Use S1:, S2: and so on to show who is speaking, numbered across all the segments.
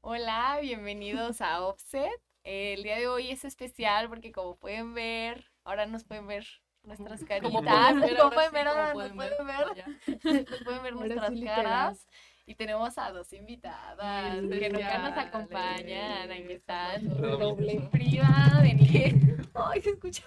S1: Hola, bienvenidos a Offset. Eh, El día de hoy es especial porque como pueden ver, ahora nos pueden ver nuestras caritas,
S2: Como
S1: como
S2: pueden ver, ahora
S1: pueden
S2: sí,
S1: ver,
S2: como
S1: ahora nos
S2: pueden
S1: pueden ver,
S2: ver, allá.
S1: nos pueden ver
S3: Ahora
S1: nuestras
S3: sí, literal.
S1: caras. Y tenemos a dos invitadas
S2: Muy
S1: que nunca nos
S2: especiales.
S1: acompañan. Ahí están.
S3: Doble.
S1: Frida, Denise. Ay, se escucha.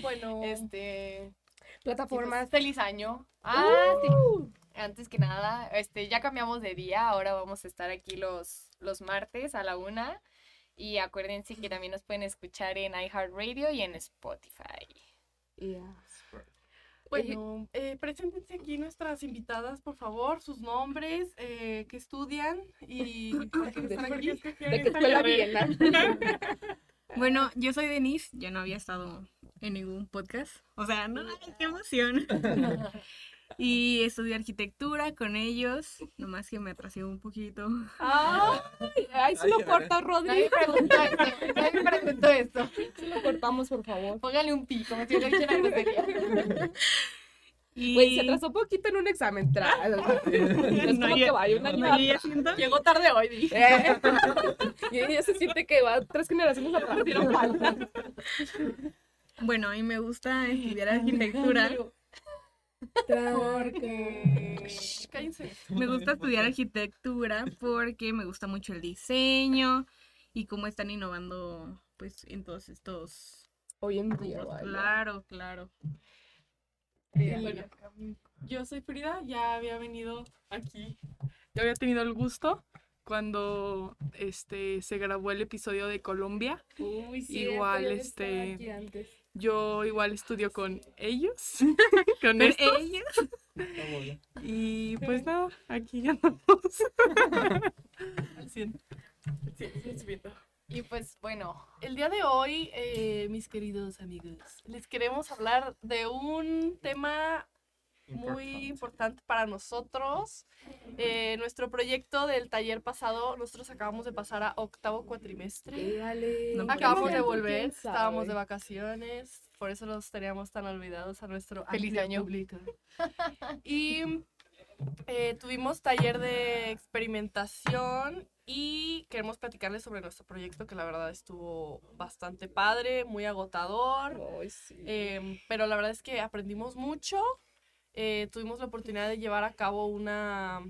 S2: Bueno,
S1: Este,
S3: Plataformas.
S1: Pues, feliz año. Ah, sí. Antes que nada, este, ya cambiamos de día, ahora vamos a estar aquí los, los martes a la una. Y acuérdense que también nos pueden escuchar en iHeartRadio y en Spotify.
S2: pues,
S3: Bueno,
S2: eh, preséntense aquí nuestras invitadas, por favor, sus nombres, eh, qué estudian y pues, por qué
S3: De-
S2: están
S3: ¿por
S2: aquí.
S3: de qué escuela vienen.
S4: Bueno, yo soy Denise, yo no había estado en ningún podcast. O sea, no, ay, qué emoción. Y estudié arquitectura con ellos, nomás que me atrasé un poquito.
S3: Ay, ay, si
S5: Ay,
S3: lo
S5: ya
S3: corta,
S1: Nadie
S3: Rodri.
S1: preguntó esto, nadie preguntó esto.
S3: Si lo cortamos, por favor.
S1: Póngale un pi, como si hubiera hecho una grosería.
S4: Y
S3: Güey, se atrasó poquito en un examen. Tra- Es como que vaya un año
S4: no llegué siendo-
S1: Llegó tarde hoy, dije.
S3: Eh, Y ella se siente que va tres generaciones atrás. Pero falta.
S4: Bueno, a mí me gusta estudiar arquitectura.
S2: Porque... Cállense.
S4: Me gusta estudiar arquitectura porque me gusta mucho el diseño y cómo están innovando pues en todos estos.
S3: Hoy en día, vaya.
S4: Claro, claro.
S2: Bueno, yo soy Frida, ya había venido aquí, ya había tenido el gusto cuando este se grabó el episodio de Colombia. Igual, este, Yo igual estudio con ellos, con
S4: Pero
S2: estos,
S4: ella-
S2: y pues nada, aquí andamos. Al cien. Al cien, al cien.
S1: Y pues bueno,
S2: El día de hoy, eh, mis queridos amigos, les queremos hablar de un tema muy importante para nosotros. Eh, nuestro proyecto del taller pasado, nosotros acabamos de pasar a octavo cuatrimestre.
S4: No, pues,
S2: Acabamos
S4: sí.
S2: de volver, estábamos de vacaciones, por eso los teníamos tan olvidados a nuestro
S1: Feliz
S2: amplio
S1: año.
S2: público. Y eh, tuvimos taller de experimentación y queremos platicarles sobre nuestro proyecto que la verdad estuvo bastante padre, muy agotador.
S3: Ay, sí.
S2: Em, pero la verdad es que aprendimos mucho. Eh, tuvimos la oportunidad de llevar a cabo una,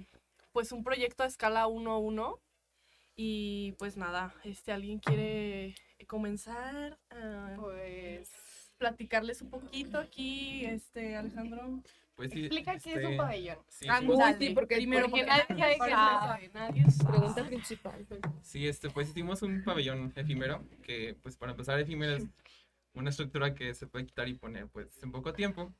S2: pues un proyecto a escala 1-1. Y pues nada, este, ¿alguien quiere comenzar a
S1: pues
S2: platicarles un poquito aquí, este, Alejandro?
S5: Pues sí,
S1: explica qué es
S5: este,
S1: un pabellón.
S5: Sí,
S2: Ah,
S5: sí,
S2: no.
S3: Uy,
S1: Dale.
S3: sí, porque
S2: Primero,
S1: porque
S2: porque
S1: nadie sabe
S2: nadie
S1: qué
S2: sabe, nadie sabe.
S3: Pregunta principal.
S5: sí, este, pues hicimos un pabellón efímero, que pues para empezar efímero es una estructura que se puede quitar y poner pues en poco tiempo.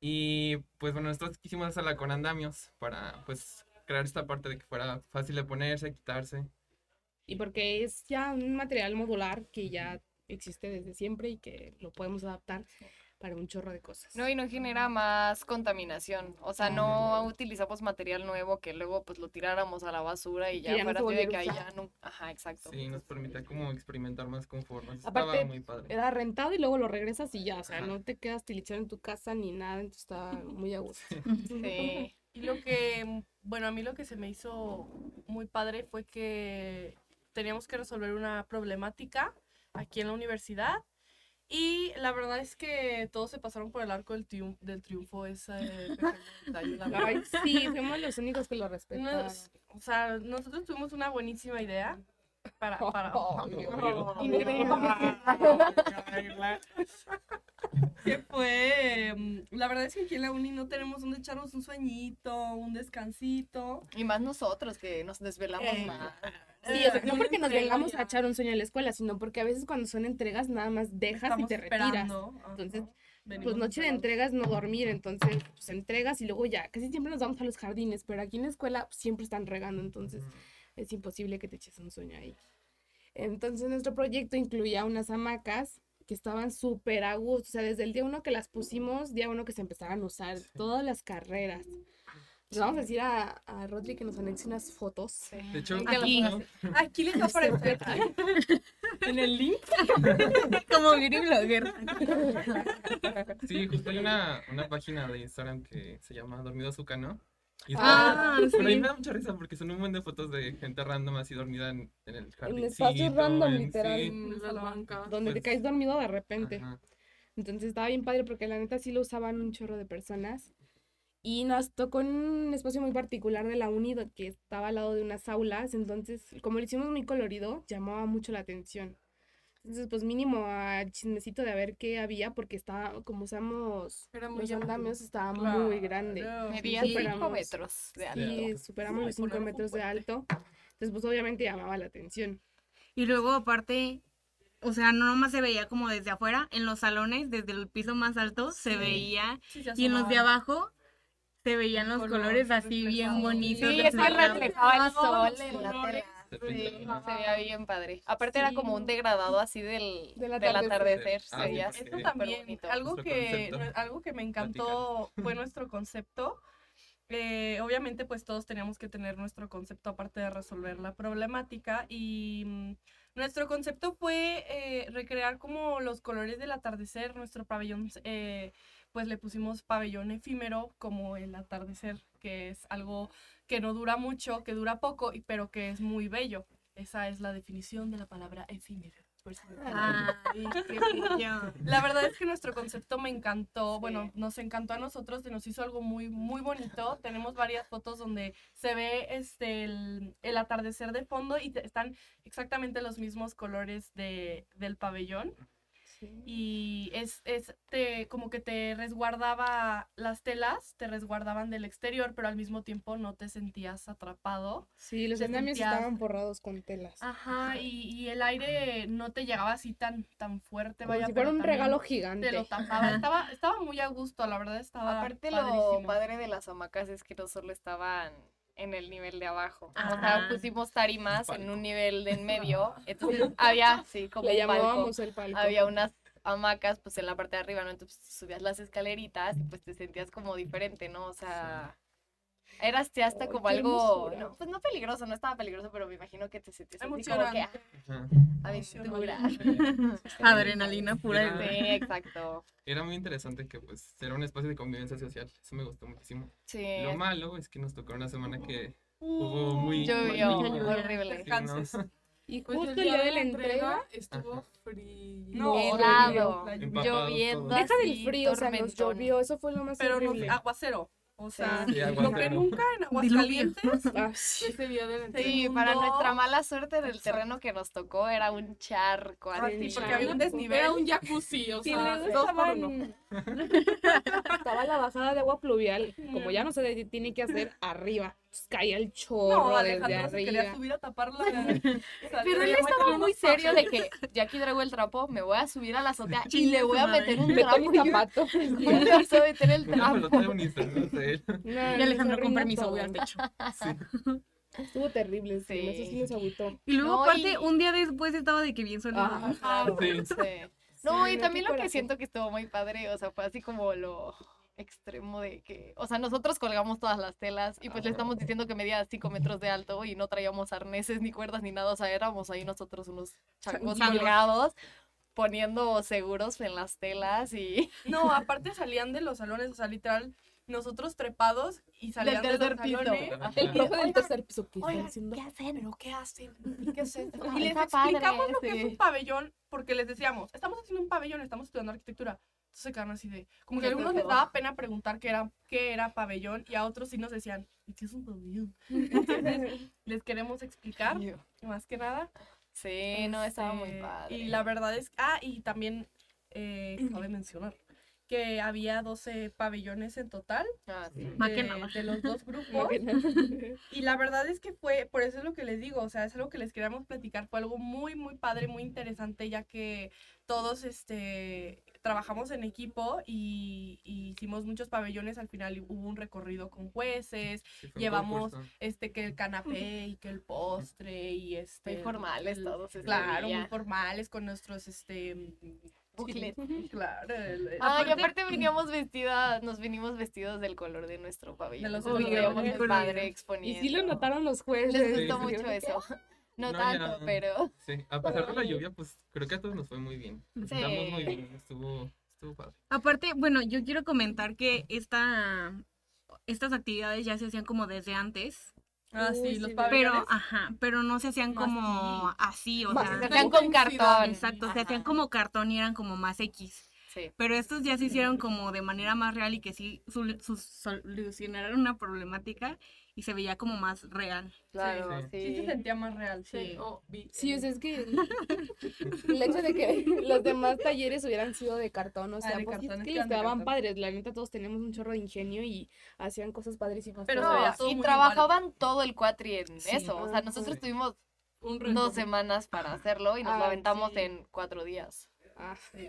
S5: Y pues bueno, nosotros quisimos hacerla con andamios para pues crear esta parte de que fuera fácil de ponerse, quitarse.
S3: Y porque es ya un material modular que ya existe desde siempre y que lo podemos adaptar para un chorro de cosas.
S1: No, y no genera más contaminación. O sea, no utilizamos material nuevo que luego pues lo tiráramos a la basura y ya,
S3: ya no se
S1: fuera de
S3: volviera
S1: que
S3: a
S1: ahí
S3: usar.
S1: ya no. Ajá, exacto.
S5: Sí, nos permite como experimentar más con formas.
S3: Aparte,
S5: Estaba muy
S1: eh,
S5: padre.
S3: Era rentado y luego lo regresas y ya, o sea,
S5: Ajá.
S3: no te quedas tilichado en tu casa ni nada, entonces está muy a gusto.
S1: Sí.
S2: Y lo que, bueno, a mí lo que se me hizo muy padre fue que teníamos que resolver una problemática aquí en la universidad. Y la verdad es que todos se pasaron por el arco del, triun- del triunfo, ese pequeño detalle, la verdad.
S3: Ay, sí, fuimos los únicos que lo respetaron.
S2: Nos- o sea, nosotros tuvimos una buenísima idea para... para
S3: Ay,
S1: oh, pues,
S2: que fue... mm, La verdad es que aquí en la uni no tenemos donde echarnos un sueñito, un descansito.
S1: Y más nosotros que nos desvelamos
S2: Eh,
S1: más.
S3: Sí, o sea, no
S2: Una
S3: porque nos
S2: entrega
S3: vengamos
S2: ya.
S3: a echar un sueño en la escuela, sino porque a veces cuando son entregas nada más dejas y
S2: Estamos
S3: te retiras.
S2: esperando, ajá.
S3: Entonces,
S2: Venimos
S3: Pues noche de
S2: esperando.
S3: entregas, no dormir, entonces pues entregas y luego ya, casi siempre nos vamos a los jardines, pero aquí en la escuela pues, siempre están regando, entonces es imposible que te eches un sueño ahí. Entonces nuestro proyecto incluía unas hamacas que estaban súper a gusto, o sea, desde el día uno que las pusimos, día uno que se empezaron a usar, todas las carreras. Les vamos a decir a, a Rodri que nos anexe unas fotos.
S5: De hecho,
S4: Aquí.
S5: ¿no?
S2: Aquí les va a aparecer.
S3: En el link.
S4: Como beauty blogger.
S5: Sí, justo hay una, una página de Instagram que se llama Dormido Azúcar, ¿no? Y
S4: Ah,
S5: estaba- Bueno, a mí
S4: sí.
S5: me da mucha risa porque son un buen de fotos de gente random así dormida en, en el jardín.
S3: espacios random, literal.
S2: en la banca.
S3: donde te
S5: pues,
S3: caes dormido de repente. Entonces estaba bien padre porque la neta sí lo usaban un chorro de personas. Y nos tocó en un espacio muy particular de la uni do- que estaba al lado de unas aulas. Entonces, como lo hicimos muy colorido, llamaba mucho la atención. Entonces, pues mínimo a chismecito de a ver qué había porque estaba, como usamos
S2: Era muy
S3: los
S2: amplio.
S3: andamios, estaba
S2: Claro.
S3: muy grande.
S1: Medía
S3: sí,
S1: 5
S3: superamos.
S1: metros de alto.
S3: Y superamos
S2: Sí,
S3: los 5
S2: ponerlo
S3: metros de
S2: fuerte.
S3: alto. Entonces, pues obviamente llamaba la atención.
S4: Y luego aparte, o sea, no nomás se veía como desde afuera, en los salones, desde el piso más alto, se veía.
S2: Sí, ya
S4: Y en los de
S2: sonaban.
S4: abajo se veían los
S2: color
S4: colores así
S2: reflejado.
S4: bien
S2: Sí,
S4: bonitos.
S1: Sí, es que
S4: reflejados.
S1: reflejaba el
S2: todos
S1: sol
S2: los
S1: en la
S2: colores.
S1: terraza.
S5: Se
S1: Sí,
S5: pinta,
S1: se veía bien padre. Aparte era como un degradado así del,
S3: Del
S1: del atardecer.
S5: atardecer.
S1: Se
S5: Ah, sí,
S1: veía
S5: porque-
S2: Eso
S5: Sí.
S1: súper
S2: también,
S1: bonito.
S2: algo
S5: Nuestro
S2: que,
S5: concepto.
S2: no- algo que me encantó fue nuestro concepto. Eh, obviamente, pues todos teníamos que tener nuestro concepto aparte de resolver la problemática. Y mm, nuestro concepto fue eh, recrear como los colores del atardecer. Nuestro pabellón, eh, pues le pusimos pabellón efímero como el atardecer, que es algo que no dura mucho, que dura poco, y- pero que es muy bello. Esa es la definición de la palabra efímero. por si me
S1: Ah.
S4: Ay, qué bello.
S2: la verdad es que nuestro concepto me encantó,
S1: Sí.
S2: bueno, nos encantó a nosotros, se nos hizo algo muy, muy bonito. Tenemos varias fotos donde se ve este, el, el atardecer de fondo y te- están exactamente los mismos colores de, del pabellón. Y es, es te, como que te resguardaba las telas, te resguardaban del exterior, pero al mismo tiempo no te sentías atrapado.
S3: Sí, los
S2: Te
S3: andamios
S2: sentías-
S3: estaban borrados con telas.
S2: Ah, Ajá, y, y el aire no te llegaba así tan, tan fuerte,
S3: Como
S2: vaya.
S3: si fuera
S2: pero
S3: un
S2: también
S3: regalo gigante.
S2: Te lo tapaba. Estaba, estaba muy a gusto, la verdad
S3: Ah,
S2: estaba
S1: Aparte
S2: padrísimo.
S1: lo padre de las hamacas es que no solo estaban en el nivel de abajo. O sea,
S4: Ajá.
S1: pusimos tarimas
S5: Un
S1: en
S5: palco.
S1: un nivel de en medio. Entonces había, sí, como
S3: Le
S1: un palco.
S3: llamábamos el palco.
S1: Había unas hamacas pues en la parte de arriba, ¿no? Entonces subías las escaleritas y pues te sentías como diferente, ¿no? O sea, eras ya hasta
S3: Ay,
S1: como
S3: qué
S1: algo,
S3: hermosura.
S1: no, pues no peligroso, no estaba peligroso, pero me imagino que te sentías así como que ah,
S2: Emocionante.
S5: Ajá.
S1: aventura.
S4: Adrenalina pura.
S5: Era-
S1: Sí, exacto.
S5: Era muy interesante que pues era un espacio de convivencia social. Eso me gustó muchísimo.
S2: Eh,
S1: Sí.
S5: Lo malo es que nos tocó una semana que hubo muy...
S1: Llovió,
S5: muy- muy-
S1: horrible.
S2: Descanses.
S3: Y
S2: Pues,
S3: justo el día de la
S2: entrega
S3: entrega,
S2: estuvo
S3: No,
S2: frío.
S1: helado.
S5: Empapados todos.
S1: Lloviendo.
S3: deja del
S1: así,
S3: frío, o sea, nos
S1: tormentón.
S3: llovió, eso fue lo más
S2: Pero no, ah,
S3: horrible.
S2: aguacero. O sea,
S5: Sí,
S2: lo que
S5: aguacero.
S2: nunca en Aguascalientes.
S3: Ah,
S2: Ese día de la entrega.
S1: Sí, para
S2: Inundó.
S1: nuestra mala suerte en el
S2: Exacto.
S1: terreno que nos tocó era un charco
S2: Ah,
S1: así.
S2: sí, porque había un
S3: Era
S2: desnivel. Era un jacuzzi, o
S3: sí,
S2: sea,
S3: luego
S2: dos por
S3: estaban-
S2: uno.
S3: Estaba la bajada de agua pluvial, como ya no se de- tiene que hacer arriba. Pues, caía el chorro
S2: No,
S3: desde
S2: Alejandro se quería
S3: arriba.
S2: subir a taparla. Pero
S1: Pero él estaba muy serio de que ya aquí traigo el trapo, me voy a subir a la azotea y le voy a
S4: Madre.
S1: meter un
S3: Meto mi
S1: trapo.
S3: zapato.
S1: Y me alcanzó a meter el
S5: Una pelota de
S1: trapo.
S5: unicel, no sé.
S4: Y Alejandro con permiso voy al techo.
S3: Estuvo terrible, sí.
S1: Sí.
S3: Eso sí nos agüitó.
S4: Y luego
S1: No,
S4: aparte,
S1: y-
S4: un día después estaba de que bien soleado.
S1: Ah,
S3: Ah,
S5: Sí.
S1: sí. No,
S3: Sí,
S1: y también
S3: no, qué
S1: lo que
S3: coraje.
S1: siento que estuvo muy padre, o sea, fue así como lo extremo de que, o sea, nosotros colgamos todas las telas y pues le estamos diciendo que medía 5 metros de alto y no traíamos arneses ni cuerdas ni nada, o sea, éramos ahí nosotros unos changos
S4: Changos.
S1: colgados poniendo seguros en las telas y
S2: No, aparte salían de los salones, o sea, literal, nosotros trepados y salían de
S1: tercer
S2: los
S1: piso.
S2: salones.
S3: El profe del
S1: Oigan,
S3: tercer piso que
S1: oigan,
S3: está haciendo.
S1: ¿qué hacen?
S2: ¿Pero qué hacen?
S1: ¿Qué es esto?
S2: Y les
S1: Está padre,
S2: explicamos lo que es
S1: sí.
S2: un pabellón, porque les decíamos, estamos haciendo un pabellón, estamos estudiando arquitectura. Entonces se quedaron así de, como que a
S1: Qué
S2: algunos les
S1: feo.
S2: daba pena preguntar qué era, qué era pabellón y a otros sí nos decían, ¿y qué es un pabellón? Entonces les queremos explicar, más que nada.
S1: Sí, Eh, no, estaba muy
S2: Este,
S1: padre.
S2: Y la verdad es, ah, y también eh, cabe mencionar que había 12 pabellones en total
S1: Ah, sí.
S4: Más
S2: de,
S4: que nada.
S2: de los dos grupos. Y la verdad es que fue, por eso es lo que les digo, o sea, es algo que les queríamos platicar, fue algo muy, muy padre, muy interesante, ya que todos este, trabajamos en equipo y, y hicimos muchos pabellones, al final hubo un recorrido con jueces,
S5: Sí, fue un
S2: Llevamos-
S5: concurso.
S2: este, que el canapé y que el postre y este...
S1: Muy formales
S2: el-
S1: todos ese
S2: Claro,
S1: día.
S2: muy formales con nuestros, este...
S1: Bucles.
S2: sí, Claro. el- el-
S1: Ay,
S4: Aparte-
S1: Ah, aparte veníamos vestidas, nos venimos vestidos del color de nuestro pabellón.
S2: los
S1: Nos
S4: colores.
S1: veíamos muy
S4: Colores.
S1: padre
S3: Y
S1: exponiendo.
S3: sí lo notaron los jueces.
S1: Les gustó
S5: Sí.
S1: mucho eso. No,
S5: No, ya
S1: tanto,
S5: no. Ah.
S1: pero
S5: Sí, a pesar de la lluvia, pues creo que a todos nos fue muy bien. Nos
S1: Sí.
S5: sentamos muy bien, estuvo, estuvo padre.
S4: Aparte, bueno, yo quiero comentar que esta, estas actividades ya se hacían como desde antes,
S2: Ah,
S1: Uy,
S2: sí,
S1: sí, ah,
S2: los
S1: de-
S2: pabellones.
S4: pero, ajá, pero no se hacían
S2: Más
S4: como así, o
S3: Más
S4: sea,
S1: Se
S3: Ajá.
S1: hacían con cartón.
S4: exacto, se
S1: Ajá.
S4: hacían como cartón y eran como más X.
S1: Sí.
S4: Pero estos ya se hicieron como de manera más real y que sí sol- su- solucionaron una problemática y se veía como más real.
S1: Claro, sí. oh,
S2: Sí, se sentía más real.
S4: Sí.
S3: Sí, o sea, es que el hecho de que los demás talleres hubieran sido de cartón, o sea,
S2: Ah, de
S3: pues, es
S2: cartón, es
S3: que
S2: que
S3: les
S2: eran de
S3: quedaban
S2: cartón.
S3: padres, la neta todos teníamos un chorro de ingenio y hacían cosas padrísimas.
S2: Pero
S3: todos.
S2: se
S1: No,
S2: veía todo
S1: y
S2: muy
S1: trabajaban todo el cuatri en
S4: Sí.
S1: eso. O sea, nosotros
S5: Sí.
S1: tuvimos
S2: Un reto.
S1: dos semanas para hacerlo y nos
S3: Ah,
S1: lo aventamos
S2: sí.
S1: en cuatro días.
S3: Ah,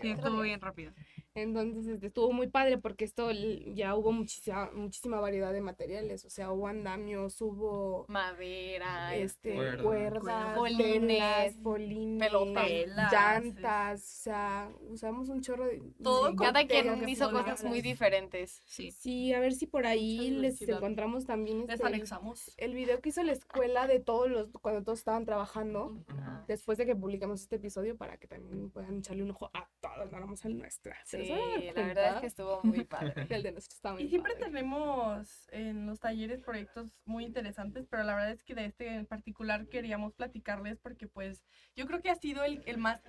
S4: Sí, estuvo bien rápido.
S3: Entonces este, estuvo muy padre porque esto l- ya hubo muchísima, muchísima variedad de materiales, o sea, hubo andamios, hubo
S1: Madera,
S3: este,
S5: Cuerda.
S3: cuerdas,
S1: Polines,
S3: telas, polines,
S1: pelotas.
S3: llantas, o sea, usamos un chorro de...
S2: este. Todo
S3: de
S2: con
S1: cada
S3: botellas,
S1: quien
S2: que
S1: hizo
S2: podía
S1: cosas muy
S2: hablar.
S1: diferentes.
S4: Sí.
S3: Sí, a ver si por ahí
S2: Mucha
S3: les
S2: diversidad.
S3: encontramos también
S2: Les
S3: este, el,
S2: anexamos.
S3: el video que hizo la escuela de todos los, cuando todos estaban trabajando,
S2: Ah,
S5: Ajá.
S3: después de que publicamos este episodio, para que también puedan echarle un ojo a todos, no vamos al nuestro. Se los
S1: Sí,
S3: van a dar
S1: la verdad es
S3: cuenta.
S1: que estuvo muy padre.
S3: El de nosotros está muy
S2: Y siempre
S3: padre.
S2: tenemos en los talleres proyectos muy interesantes, pero la verdad es que de este en particular queríamos platicarles porque pues yo creo que ha sido el, el más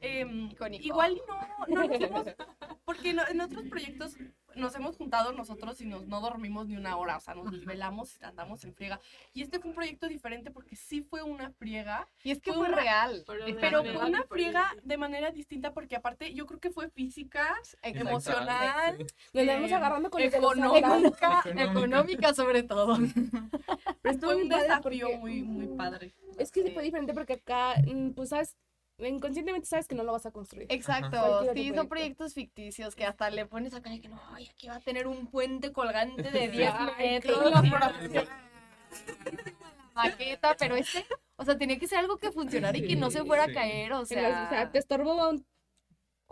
S2: em,
S1: Icónico.
S2: igual y no, no nos hemos, porque no- en otros proyectos nos hemos juntado nosotros y nos, no dormimos ni una hora, o sea, nos desvelamos, andamos en friega. Y este fue un proyecto diferente porque sí fue una friega,
S1: Y es que
S2: Fue
S1: fue
S2: una-
S1: real.
S2: pero fue una friega de manera distinta porque aparte yo creo que fue física,
S1: Exacto.
S2: emocional,
S3: Nos la vamos
S2: eh,
S3: agarrando con el de los abrados.
S2: económica.
S1: Económica sobre todo.
S2: Pero
S3: estuvo
S2: fue un
S3: bien padre
S2: desafío
S3: porque-
S2: muy, muy padre.
S3: Es que
S1: Sí.
S3: fue diferente porque acá, mm, pues sabes, inconscientemente sabes que no lo vas a construir. Cualquiera
S1: Exacto.
S3: tu
S1: Sí, son
S3: proyecto.
S1: proyectos ficticios que hasta le pones acá de que no, ay, aquí va a tener un puente colgante de 10
S3: Ay,
S1: metros.
S3: claro.
S1: Maqueta, pero este, o sea, tenía que ser algo que funcionara y que no se fuera a
S5: Sí.
S1: caer, o
S3: En las-
S1: sea,
S3: O sea, te estorbo un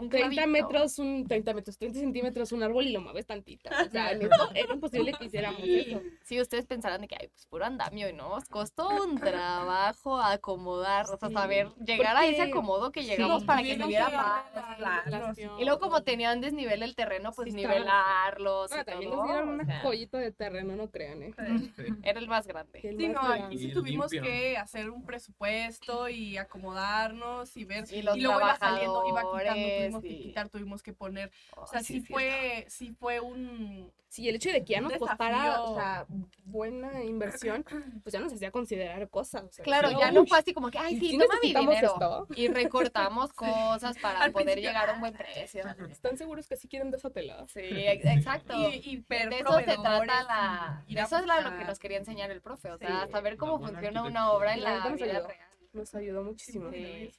S1: un
S3: 30
S1: clavito.
S3: metros, un 30 metros, 30 centímetros un árbol y lo mueves tantito. O sea, en esto era imposible que hiciéramos eso.
S1: Sí, ustedes pensarán de que, ay, pues puro andamio, ¿no? Os costó un trabajo acomodar, o sea,
S3: Sí,
S1: saber llegar a ese
S3: porque-
S1: acomodo que
S4: Sí.
S1: llegamos para que
S2: Tuvieron
S1: se viera
S2: que
S1: más.
S2: arreglar
S3: las
S2: los-
S3: planos.
S1: Y luego como tenían desnivel el terreno, pues
S3: Sí, estaba-
S1: nivelarlos
S3: Ah,
S1: y
S3: también
S1: todo.
S3: nos dieron
S1: o
S3: una
S1: sea,
S3: joyita de terreno, no crean, ¿eh?
S5: Sí.
S1: era el más grande.
S3: El
S2: Sí, no,
S3: más grande.
S2: aquí sí
S5: Y
S2: tuvimos
S5: limpio.
S2: que hacer un presupuesto y acomodarnos y ver.
S1: Y los
S2: luego iba saliendo, iba quitando,
S1: trabajadores,
S2: tuvimos que
S1: y-
S2: quitar, tuvimos que poner. O sea,
S1: Ay,
S2: sí,
S1: es cierto.
S2: fue, sí fue un.
S3: Sí, el hecho de que ya nos
S2: Desafío.
S3: costara, o sea, buena inversión, pues ya nos hacía considerar cosas. o sea,
S1: Claro,
S3: decía,
S1: ya no
S3: "Uy,
S1: fue así como que, ay,
S3: ¿y
S1: sí,
S3: sí
S1: toma mi
S3: necesitamos
S1: dinero.
S3: esto?
S1: Y recortamos cosas para
S2: Al
S1: poder
S2: principio,
S1: llegar a un buen precio.
S3: ¿Están seguros que sí quieren de esa tela?
S1: Sí, ex- exacto.
S2: Y, y ver
S1: de eso se trata
S2: proveedores
S1: la...
S2: y ir a
S1: Eso es la- lo que
S2: buscar.
S1: nos quería enseñar el profe, o sea,
S3: Sí.
S1: saber cómo
S5: La buena
S1: funciona una
S5: arquitectura.
S1: obra en
S3: La
S1: la
S3: neta nos
S1: vida
S3: ayudó.
S1: real.
S3: Nos ayudó muchísimo.
S1: Sí.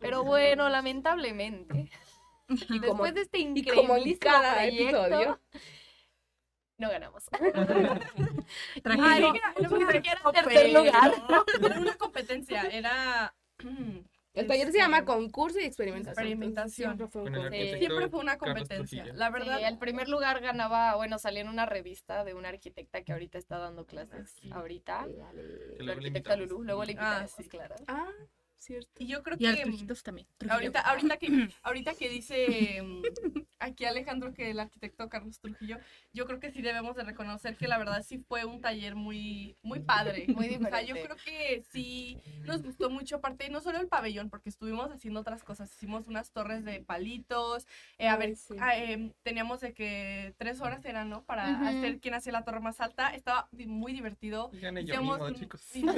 S1: Pero bueno, lamentablemente,
S3: Y
S1: después
S3: como,
S1: de este
S3: y como en
S1: increíble
S3: cada
S1: proyecto,
S3: episodio,
S1: no ganamos.
S4: Trajimos-
S2: Ay,
S1: Ay,
S2: mira,
S1: no,
S2: era
S1: porque era
S2: un
S1: tercer lugar.
S2: pero Era una competencia, era.
S3: el taller se
S2: este,
S3: llama Concurso y Experimentación. entonces
S2: Experimentación.
S3: Siempre fue un
S5: Con el
S3: concurso.
S5: arquitecto
S2: Siempre fue una
S5: Carlos
S2: competencia.
S5: Trujillo.
S2: La
S1: Sí,
S2: verdad,
S1: el primer lugar ganaba, bueno, salió en una revista de una arquitecta que ahorita está dando clases, ahorita,
S5: Que
S1: la
S5: luego le
S1: arquitecta
S5: invitamos.
S1: Lulú, luego le
S2: Ah,
S1: invitaremos,
S2: sí.
S1: claro.
S3: Ah, cierto.
S2: y yo creo
S4: y a los
S2: que.
S4: trujitos también. Trujillo.
S2: Ahorita, ahorita que, ahorita que dice em, aquí Alejandro que el arquitecto Carlos Trujillo, yo creo que sí debemos de reconocer que la verdad sí fue un taller muy, muy padre.
S1: Muy
S2: O sea, yo
S1: diferente.
S2: creo que sí nos gustó mucho, aparte, no solo el pabellón, porque estuvimos haciendo otras cosas, hicimos unas torres de palitos, eh, a
S3: Ay,
S2: ver,
S3: sí.
S2: ah, em, teníamos de que tres horas eran, ¿no? Para
S1: Ujú.
S2: hacer quién hacía la torre más alta, estaba di- muy divertido.
S5: Gané yo, ni
S2: Hicimos
S5: modo,
S2: un-
S5: chicos.
S2: Hicimos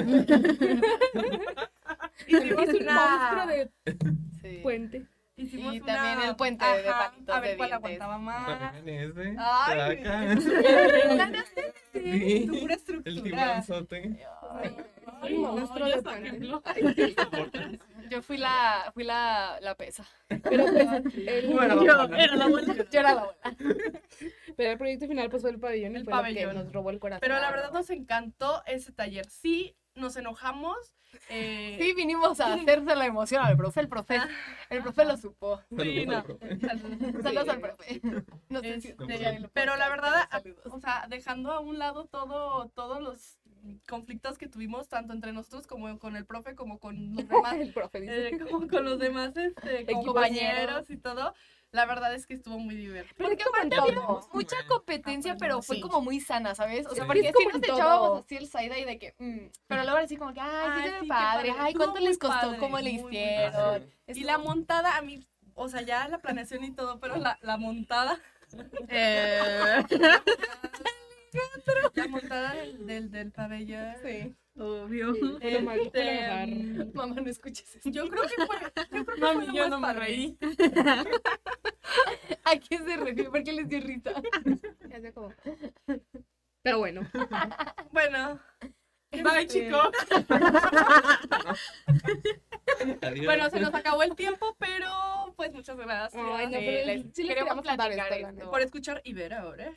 S3: Es un monstruo
S2: una...
S3: de
S1: Sí.
S3: puente.
S2: Hicimos
S1: Y también el puente de palitos
S2: A ver
S1: de
S2: cuál
S1: dientes.
S2: aguantaba más.
S5: También ese.
S2: Ay,
S5: Acá. Sí.
S2: Tu pura
S5: El
S2: estructura.
S5: timonzote.
S1: Ay,
S3: Un monstruo de puente.
S1: Yo fui la, fui la, la pesa.
S3: Pero pues, el,
S4: Yo era la buena.
S1: Yo era la buena.
S3: pero el proyecto final pues fue el pabellón y
S2: El
S3: fue lo
S2: pabellón.
S3: que nos robó el corazón.
S2: Pero la verdad nos encantó ese taller. Sí, nos enojamos. eh,
S1: Sí, vinimos a hacerse la emoción al profe, el profe, el profe lo supo.
S5: Saludos
S2: no.
S5: al profe.
S1: Saludos al profe. No sé si
S2: este,
S5: no, pero-
S2: pero la verdad, a-
S1: saludos.
S2: o sea, dejando a un lado todo, todos los conflictos que tuvimos, tanto entre nosotros como con el profe, como con los demás
S3: el profe dice,
S2: eh, como con los demás este,
S3: Equipos.
S2: compañeros y todo.
S6: La verdad es que estuvo muy divertido.
S1: Porque
S3: como en
S1: aparte había
S3: todo.
S1: mucha competencia, pero fue
S3: Sí.
S1: como muy sana, ¿sabes? O sea,
S5: Sí.
S1: porque
S3: Es como
S1: sí nos
S3: en todo.
S1: echábamos así el side-eye de que, mm, pero luego así como que, ay,
S2: Ay,
S1: sí, se ve
S2: sí, qué
S1: padre,
S2: padre.
S1: ay,
S2: Estuvo
S1: ¿cuánto
S2: muy
S1: les costó?
S2: padre,
S1: ¿Cómo le
S2: muy, muy
S1: hicieron?
S2: Y la montada a mí, o sea, ya la planeación y todo, pero la, la montada. La montada del, del, del pabellón.
S1: Sí.
S2: Obvio.
S3: Fue lo más- fue lo mejor.
S2: Este,
S1: Mamá, no escuches eso.
S2: Yo creo que fue. Yo creo que fue lo
S6: Mami, yo
S2: más
S6: no me
S2: padre.
S6: reí.
S1: ¿A qué se refiere? ¿Por qué les dio risa?
S3: Ya sé cómo. Pero bueno,
S2: Bueno, este,
S6: Bye, chicos.
S5: Adiós.
S2: bueno, se nos acabó el tiempo, pero pues muchas gracias eh,
S3: Ay, no,
S1: Sí,
S3: pero
S1: les-
S3: sí les
S1: queremos
S3: queríamos contar
S1: platicar
S3: esto, la
S1: esto.
S3: neta.
S2: por escuchar y ver ahora.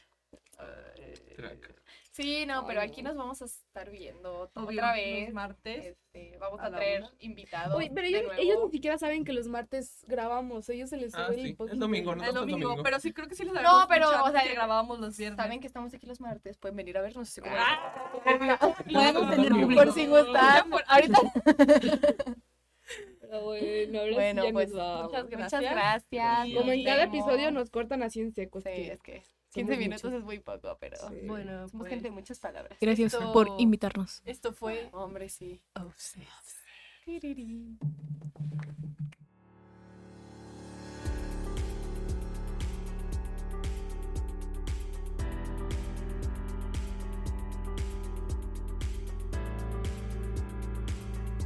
S5: Traca.
S1: Sí, no, pero
S3: Ay,
S1: aquí
S3: no.
S1: nos vamos a estar viendo ot-
S2: Obvio,
S1: otra
S2: los
S1: vez.
S2: martes.
S1: Este, vamos
S2: a
S1: a
S2: la
S1: traer
S2: una.
S1: invitados.
S3: Oye, pero
S1: de
S3: ellos,
S1: nuevo.
S3: ellos ni siquiera saben que los martes grabamos. Ellos se les sube
S5: Ah,
S3: el
S5: sí.
S3: podcast.
S5: El domingo, ¿no?
S2: El
S5: Nosotros
S2: domingo,
S5: domingo.
S2: pero sí creo que sí les
S1: No,
S2: habíamos
S1: pero,
S2: dicho
S1: o
S2: antes
S1: sea,
S2: que grabábamos los viernes.
S1: saben que estamos aquí los martes, pueden venir a vernos. así como-
S2: Podemos tener público.
S1: Por si gustan. Ahorita
S3: Pero bueno, ahora sí
S1: Bueno,
S3: ya
S1: pues
S3: nos vamos.
S1: muchas gracias.
S2: Muchas
S5: Sí,
S3: Como en cada
S1: Nos vemos.
S3: episodio nos cortan así en seco. es
S1: Sí,
S3: que-
S1: es que 15
S3: somos
S1: minutos
S3: muchos.
S1: es muy poco, pero
S3: Sí.
S2: Bueno,
S1: somos
S2: pues,
S1: gente de muchas palabras.
S7: Gracias
S2: Esto-
S7: por invitarnos.
S2: esto fue
S1: Hombre, sí.
S2: Obsessed.
S1: Tiriri.